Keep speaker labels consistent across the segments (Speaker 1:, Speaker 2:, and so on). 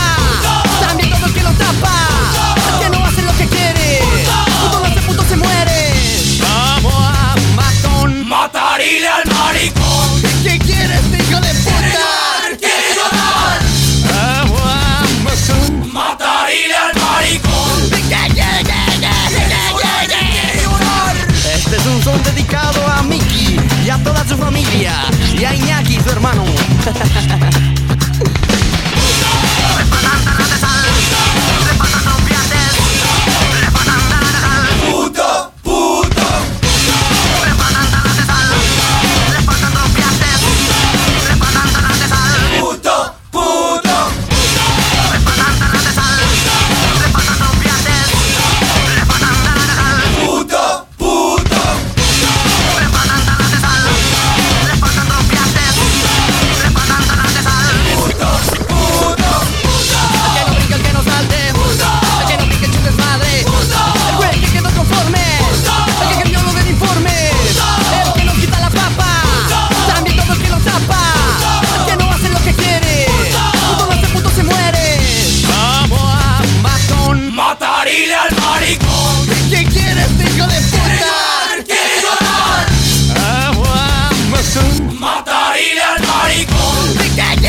Speaker 1: este Este toda su familia y a Iñaki, su hermano.
Speaker 2: Puto, puto. Puto, puto. Puto, puto.
Speaker 1: El que no brinca, el que no salte. El que no pique es un desmadre. El güey que quedó conforme. El que cambió los uniformes. El que no quita la papa. También todo el que lo tapa. El que no hace lo que quiere. Puto no hace, puto se muere. Vamos a matón.
Speaker 2: Matarile al maricón.
Speaker 1: ¿Qué quieres, hijo de
Speaker 2: Llorar,
Speaker 1: puta?
Speaker 2: quiere llorar.
Speaker 1: Vamos a matón.
Speaker 2: Matarile al maricón. Quiere llorar.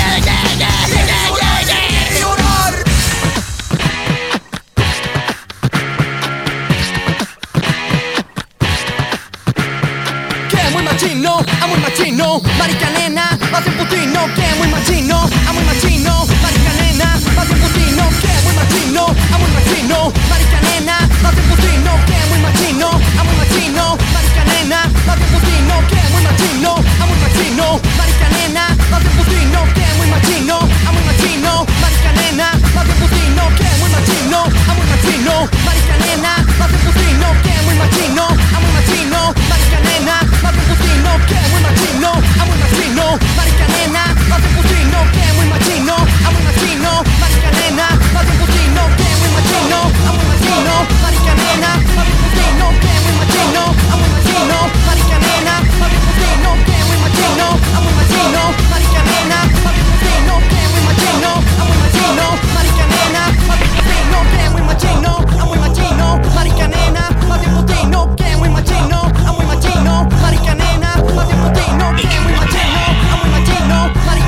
Speaker 1: Que muy machino, a muy machino, marica nena, más en putino, que muy machino, a muy machino, marica nena, más en putino, que muy machino, a muy machino, marica nena, más en putino, que muy machino, a muy machino, marica nena, más en putino, que muy machino, a muy machino, marica nena, más en putino, que muy machino, a muy machino, marica nena, más en putino, que muy machino, a muy machino, marica nena, más en putino, que muy machino, a muy machino, marica nena, más en putino, que muy machino, a muy machino, marica nena, más en putino, que muy machino, a muy machino, marica nena, más en putino, que muy machino, a muy machino, marica nena, más en putino, que muy machino, a muy machino, marica nena, más en putino, que muy machino, a muy machino, marica nena, más en putino, que muy machino, a muy machino, marica nena, más en putino, que muy machino, a muy machino, marica nena, más en putino, que muy machino, a muy machino, marica nena, más en putino, que muy machino, a muy machino, marica nena, más en putino, que muy machino, a muy machino, marica nena, más en putino.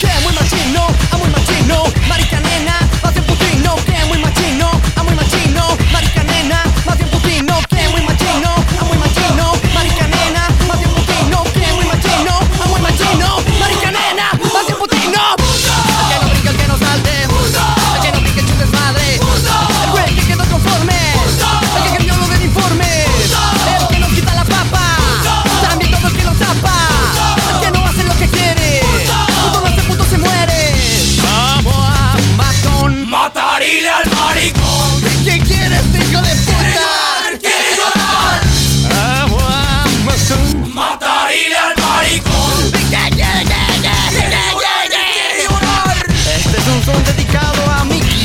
Speaker 1: que muy machino, a muy machino, marica nena, más bien putino, que muy machino, a muy machino, marica nena, más bien putino, que muy machino, a muy machino, marica nena, más bien putino, que muy machino, a muy machino, marica nena, más bien putino. El que no brinca, el que no salte, el que no pique es un desmadre, el güey que quedó conforme, el que cambió los uniformes, el que no quita la papa, también todo el que lo tapa, el que no hace lo que quiere, puto no hace, puto se muere. Vamos a matón.
Speaker 2: Matarile al maricón.
Speaker 1: ¿Qué quieres, hijo de
Speaker 2: Quiere
Speaker 1: puta?
Speaker 2: llorar, quiere llorar.
Speaker 1: Vamos a matón.
Speaker 2: Matarile al maricón. Quiere llorar.
Speaker 1: Este es un son dedicado a Mickey